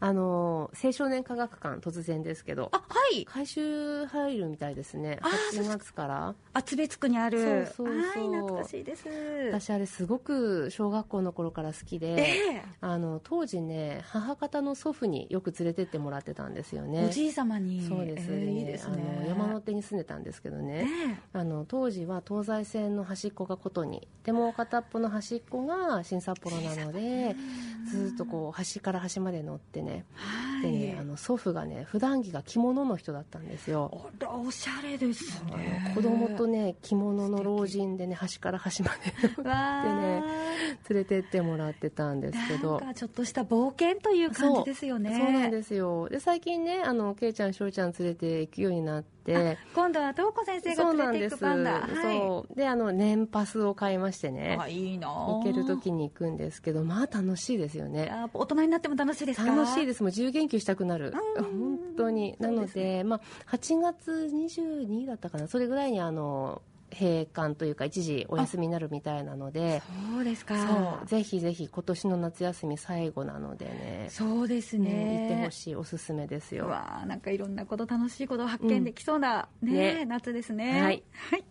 あの青少年科学館突然ですけどあはい改修入るみたいですねあー8月から厚別区にあるそうそうそうはい懐かしいです私あれすごく小学校の頃から好きえで、えあの当時ね母方の祖父によく連れてってもらってたんですよねおじい様にそうです、ええいいですねあの山手に住んでたんですけどね、ねあの当時は東西線の端っこが琴にでもう片っぽの端っこが新札幌なのでずっとこう端から端まで乗ってねはでねいあの祖父がね普段着が着物の人だったんですよあらおしゃれですあねの子供とね着物の老人でね端から端まで わー連れてってもらってたんですけどなんかちょっとした冒険という感じですよねそうなんですよで最近ねあのけいちゃんしょうちゃん連れて行くようになって今度は東子先生が連れていく番だそうであの年パスを買いましてね、はいあいいな行ける時時に行くんですけどまあ楽しいですよねあ大人になっても楽しいですか楽しいでですもう自由研究したくなるうん本当になそうのですでまあ、8月22だったかなそれぐらいにあの閉館というか一時お休みになるみたいなのでそうですかそうぜひぜひ今年の夏休み最後なのでねそうですねね行ってほしいおすすめですうよわあなんかいろんなこと楽しいことを発見できそうな、んねえね夏ですねはい、はい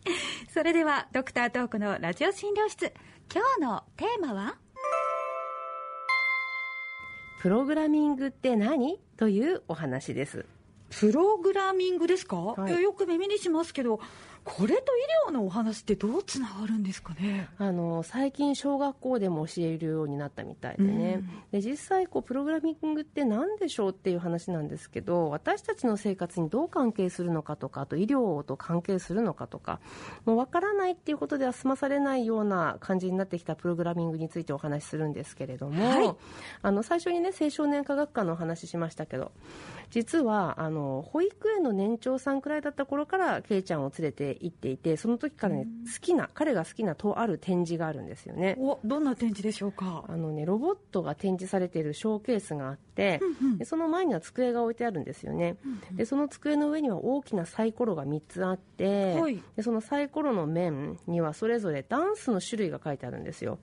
それではドクタートークのラジオ診療室今日のテーマはプログラミングって何というお話ですプログラミングですか、はいいやよく耳にしますけどこれと医療のお話ってどうつながるんですかねあの最近小学校でも教えるようになったみたいでね、で実際こうプログラミングって何でしょうっていう話なんですけど私たちの生活にどう関係するのかとかあと医療と関係するのかとかもう分からないっていうことでは済まされないような感じになってきたプログラミングについてお話しするんですけれども、はいあの最初にね青少年科学科のお話ししましたけど実はあの保育園の年長さんくらいだった頃からケイちゃんを連れて行っていてその時からね好きな彼が好きなとある展示があるんですよね。おどんな展示でしょうかあのね、ロボットが展示されているショーケースがあって、でその前には机が置いてあるんですよね、でその机の上には大きなサイコロが3つあって、はいでそのサイコロの面にはそれぞれダンスの種類が書いてあるんですよ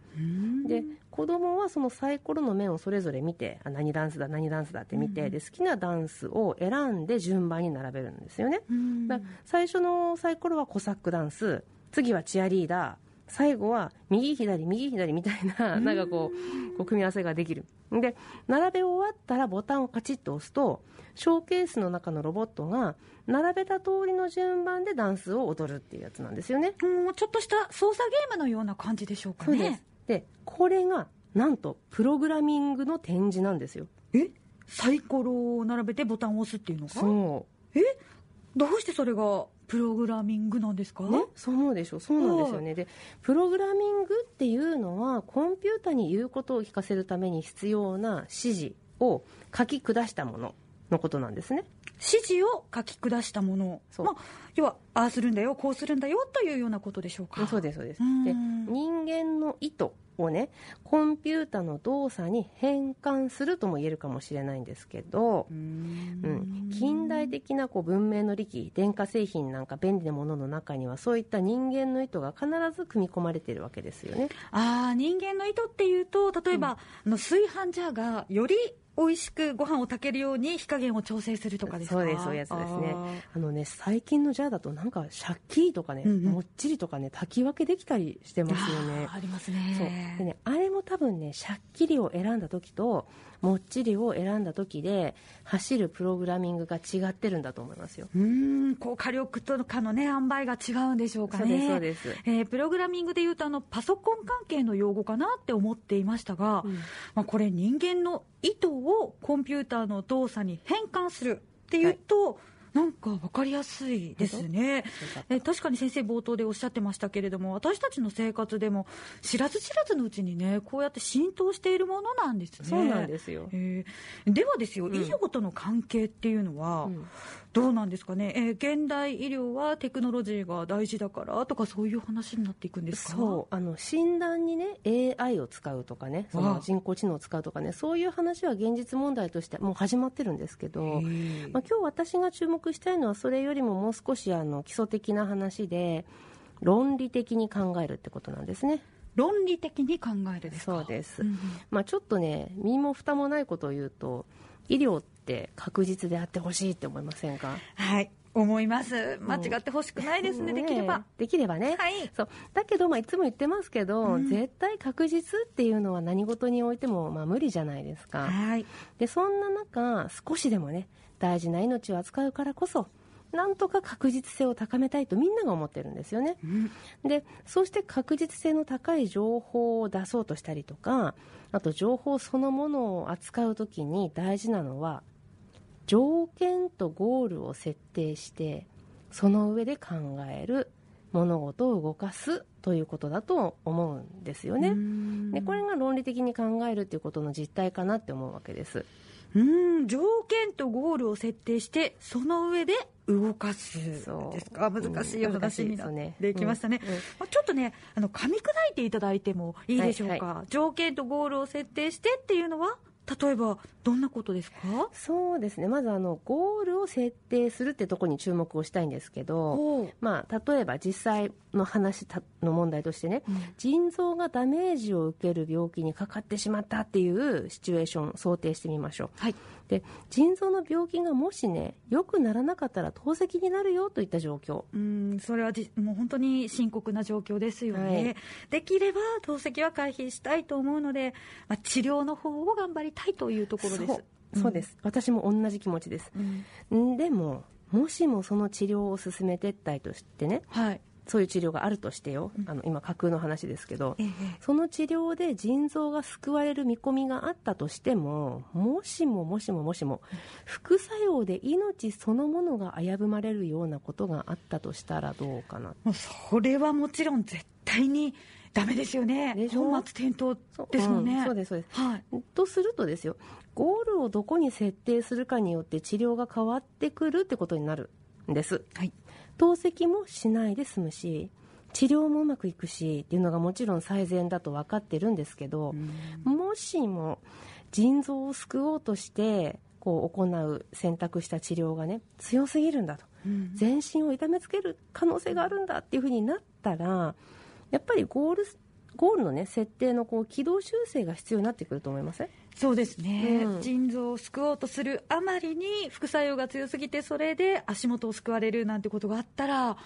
で子供はそのサイコロの面をそれぞれ見てあ何ダンスだ何ダンスだって見て、で好きなダンスを選んで順番に並べるんですよね、うんだから最初のサイコロはコサックダンス次はチアリーダー最後は右左右左みたいななんかこうこう組み合わせができるで並べ終わったらボタンをカチッと押すとショーケースの中のロボットが並べた通りの順番でダンスを踊るっていうやつなんですよねもうちょっとした操作ゲームのような感じでしょうかそうですねでこれがなんとプログラミングの展示なんですよえサイコロを並べてボタンを押すっていうのがそうどうしてそれがプログラミングなんですか、ね、そう思うでしょそうなんですよね、でプログラミングっていうのはコンピュータに言うことを聞かせるために必要な指示を書き下したもののことなんですね指示を書き下したものそうまあ、要はああするんだよこうするんだよというようなことでしょうかそうですそうですうんで人間の意図をねコンピュータの動作に変換するとも言えるかもしれないんですけど、ううんん、近代的なこう文明の利器電化製品なんか便利なものの中にはそういった人間の意図が必ず組み込まれているわけですよねああ人間の意図っていうと例えば、あの炊飯ジャーがより美味しくご飯を炊けるように火加減を調整するとかですかそうですそういうやつですねあーあのね、最近のジャーだとなんかシャッキリとかね、うんうんもっちりとかね、炊き分けできたりしてますよねあー。ありますそうねでね、あれも多分ね、シャッキリを選んだ時と、もっちりを選んだ時で、走るプログラミングが違ってるんだと思いますよ。うーんこう火力とかのね塩梅が違うんでしょうかそうねです、そうです。えープログラミングでいうとあのパソコン関係の用語かなって思っていましたが、まあ、これ人間の意図をコンピューターの動作に変換するっていうと、なんか分かりやすいですね。えー確かに先生冒頭でおっしゃってましたけれども私たちの生活でも知らず知らずのうちにねこうやって浸透しているものなんですね。そうなんですよ。えーではですよ、ん医療との関係っていうのは、うんどうなんですかね、えー現代医療はテクノロジーが大事だからとか、そういう話になっていくんですかそうあの診断にね AI を使うとかねそああの人工知能を使うとかねそういう話は現実問題としてもう始まってるんですけど、へえまあ、今日私が注目したいのはそれよりももう少しあの基礎的な話で論理的に考えるってことなんですね。論理的に考えるですか。そうです、うんまあ、ちょっとね身も蓋もないことを言うと医療って確実であってほしいって思いませんかはい思います間違ってほしくないですね、ねできればできればね、はいそうだけど、まあ、いつも言ってますけど、うん絶対確実っていうのは何事においても、まあ、無理じゃないですか、はいでそんな中少しでもね大事な命を扱うからこそなんとか確実性を高めたいとみんなが思ってるんですよねうんでそうして確実性の高い情報を出そうとしたりとかあと情報そのものを扱う時に大事なのは条件とゴールを設定してその上で考える物事を動かすということだと思うんですよね、うんでこれが論理的に考えるっていうことの実態かなって思うわけですうん条件とゴールを設定してその上で動かすそうですか難しいおうん難し話いでにすなよねってきましたね、うんうんまあちょっとねあの噛み砕いていただいてもいいでしょうか、は条件とゴールを設定してっていうのは例えばどんなことですかそうですねまずあのゴールを設定するってとこに注目をしたいんですけど、おうまあ、例えば実際の話たの問題としてねうん腎臓がダメージを受ける病気にかかってしまったっていうシチュエーションを想定してみましょうはいで腎臓の病気がもしね良くならなかったら透析になるよといった状況うんそれはじもう本当に深刻な状況ですよね、はいできれば透析は回避したいと思うので、まあ、治療の方を頑張りたいというところですそうそうで、す、私も同じ気持ちですうんんでももしもその治療を進めていったりとしてねはいそういう治療があるとしてよ、うんあの今架空の話ですけどええその治療で腎臓が救われる見込みがあったとしてももしももしももしも副作用で命そのものが危ぶまれるようなことがあったとしたらどうかなもうそれはもちろん絶対にダメですよねでしょ本末転倒そうですもんね、うんそうですそうですはいとするとですよゴールをどこに設定するかによって治療が変わってくるってことになるんですはい透析もしないで済むし治療もうまくいくしっていうのがもちろん最善だと分かってるんですけど、もしも腎臓を救おうとしてこう行う選択した治療がね強すぎるんだとうん全身を痛めつける可能性があるんだっていうふうになったらやっぱりゴールゴールのね設定のこう軌道修正が必要になってくると思いませんそうですね、うん腎臓を救おうとするあまりに副作用が強すぎてそれで足元を救われるなんてことがあったら、うん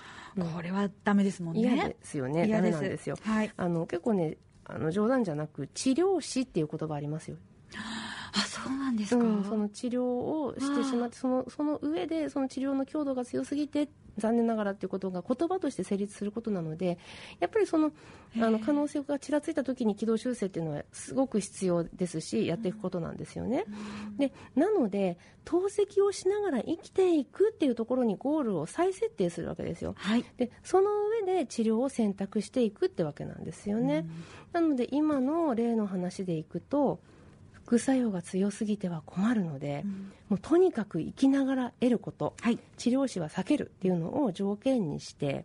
これはダメですもんね嫌ですよね嫌ダメでなすんですよはい、あの結構ねあの冗談じゃなく治療師っていう言葉ありますよあそうなんですか、うんその治療をしてしまってそのその上でその治療の強度が強すぎて残念ながらっていうことが言葉として成立することなのでやっぱりそのあへのえ可能性がちらついた時に軌道修正っていうのはすごく必要ですしやっていくことなんですよね。でなので透析をしながら生きていくっていうところにゴールを再設定するわけですよ。はいでその上で治療を選択していくってわけなんですよね。なので今の例の話でいくと副作用が強すぎては困るので、うんもうとにかく生きながら得ることはい治療士は避けるっていうのを条件にして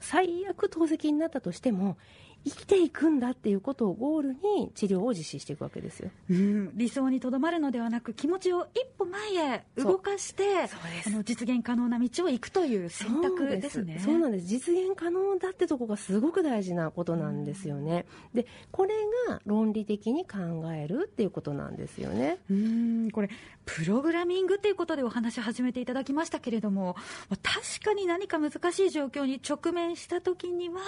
最悪透析になったとしても生きていくんだっていうことをゴールに治療を実施していくわけですよ。うん理想にとどまるのではなく気持ちを一歩前へ動かしてそうであの実現可能な道を行くという選択ですね。そうなんです実現可能だってとこがすごく大事なことなんですよね。でこれが論理的に考えるっていうことなんですよね。うーんこれプログラミングということでお話し始めていただきましたけれどもまあ確かに何か難しい状況に直面した時には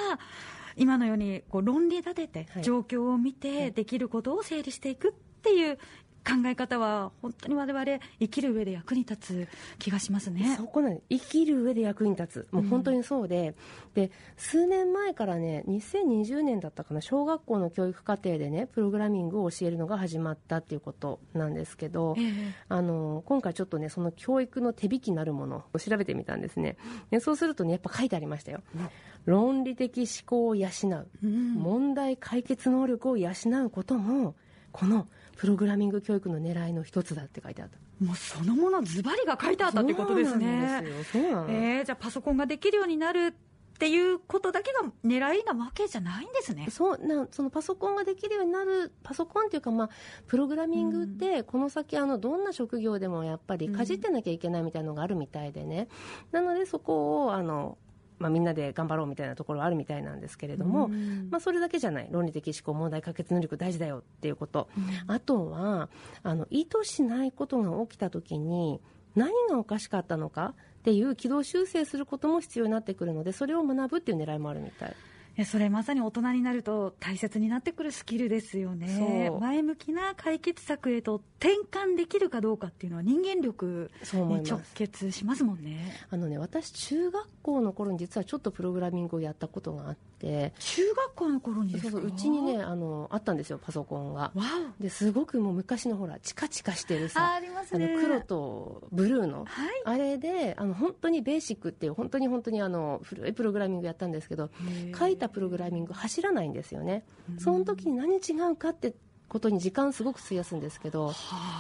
今のようにこう論理立ててはい状況を見はていできることを整理していくっていう考え方は本当に我々生きる上で役に立つ気がしますねそ。こなんです生きる上で役に立つもう本当にそうで,、で数年前からね2020年だったかな小学校の教育課程でねプログラミングを教えるのが始まったっていうことなんですけどええあの今回ちょっとねその教育の手引きなるものを調べてみたんですねでそうするとねやっぱ書いてありましたよ論理的思考を養ううん問題解決能力を養うこともこのプログラミング教育の狙いの一つだって書いてあったもうそのものズバリが書いてあったということですね。そうなんですよそうなのえーじゃあパソコンができるようになるっていうことだけが狙いなわけじゃないんですね。そうなそのパソコンができるようになるパソコンっていうか、まあ、プログラミングってこの先あのどんな職業でもやっぱりうんかじってなきゃいけないみたいなのがあるみたいでね、なのでそこをあのまあ、みんなで頑張ろうみたいなところはあるみたいなんですけれども、まあ、それだけじゃない論理的思考問題解決能力大事だよっていうこと、あとはあの意図しないことが起きた時に何がおかしかったのかっていう軌道修正することも必要になってくるのでそれを学ぶっていう狙いもあるみたい。いやそれまさに大人になると大切になってくるスキルですよねそう前向きな解決策へと転換できるかどうかっていうのは人間力そう思いまにす直結しますもんねあのね、私、中学校の頃に実はちょっとプログラミングをやったことがあって、中学校の頃にですそかうそううちにねあの、あったんですよ、パソコンが。わですごくもう昔のほら、チカチカしてるおあさ、ありますあのね黒とブルーの、はいあれであの本当にベーシックっていう、本当に本当にあの古いプログラミングやったんですけど、書いたプログラミング、走らないんですよね、その時に何違うかってことに時間すごく費やすんですけど。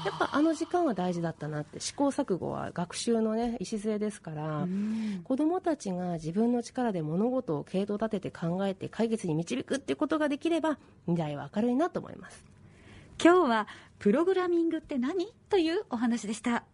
やっぱあの時間は大事だったなって試行錯誤は学習のね礎ですから、うん子どもたちが自分の力で物事を系統立てて考えて解決に導くっていうことができれば未来は明るいなと思います。今日はプログラミングって何というお話でした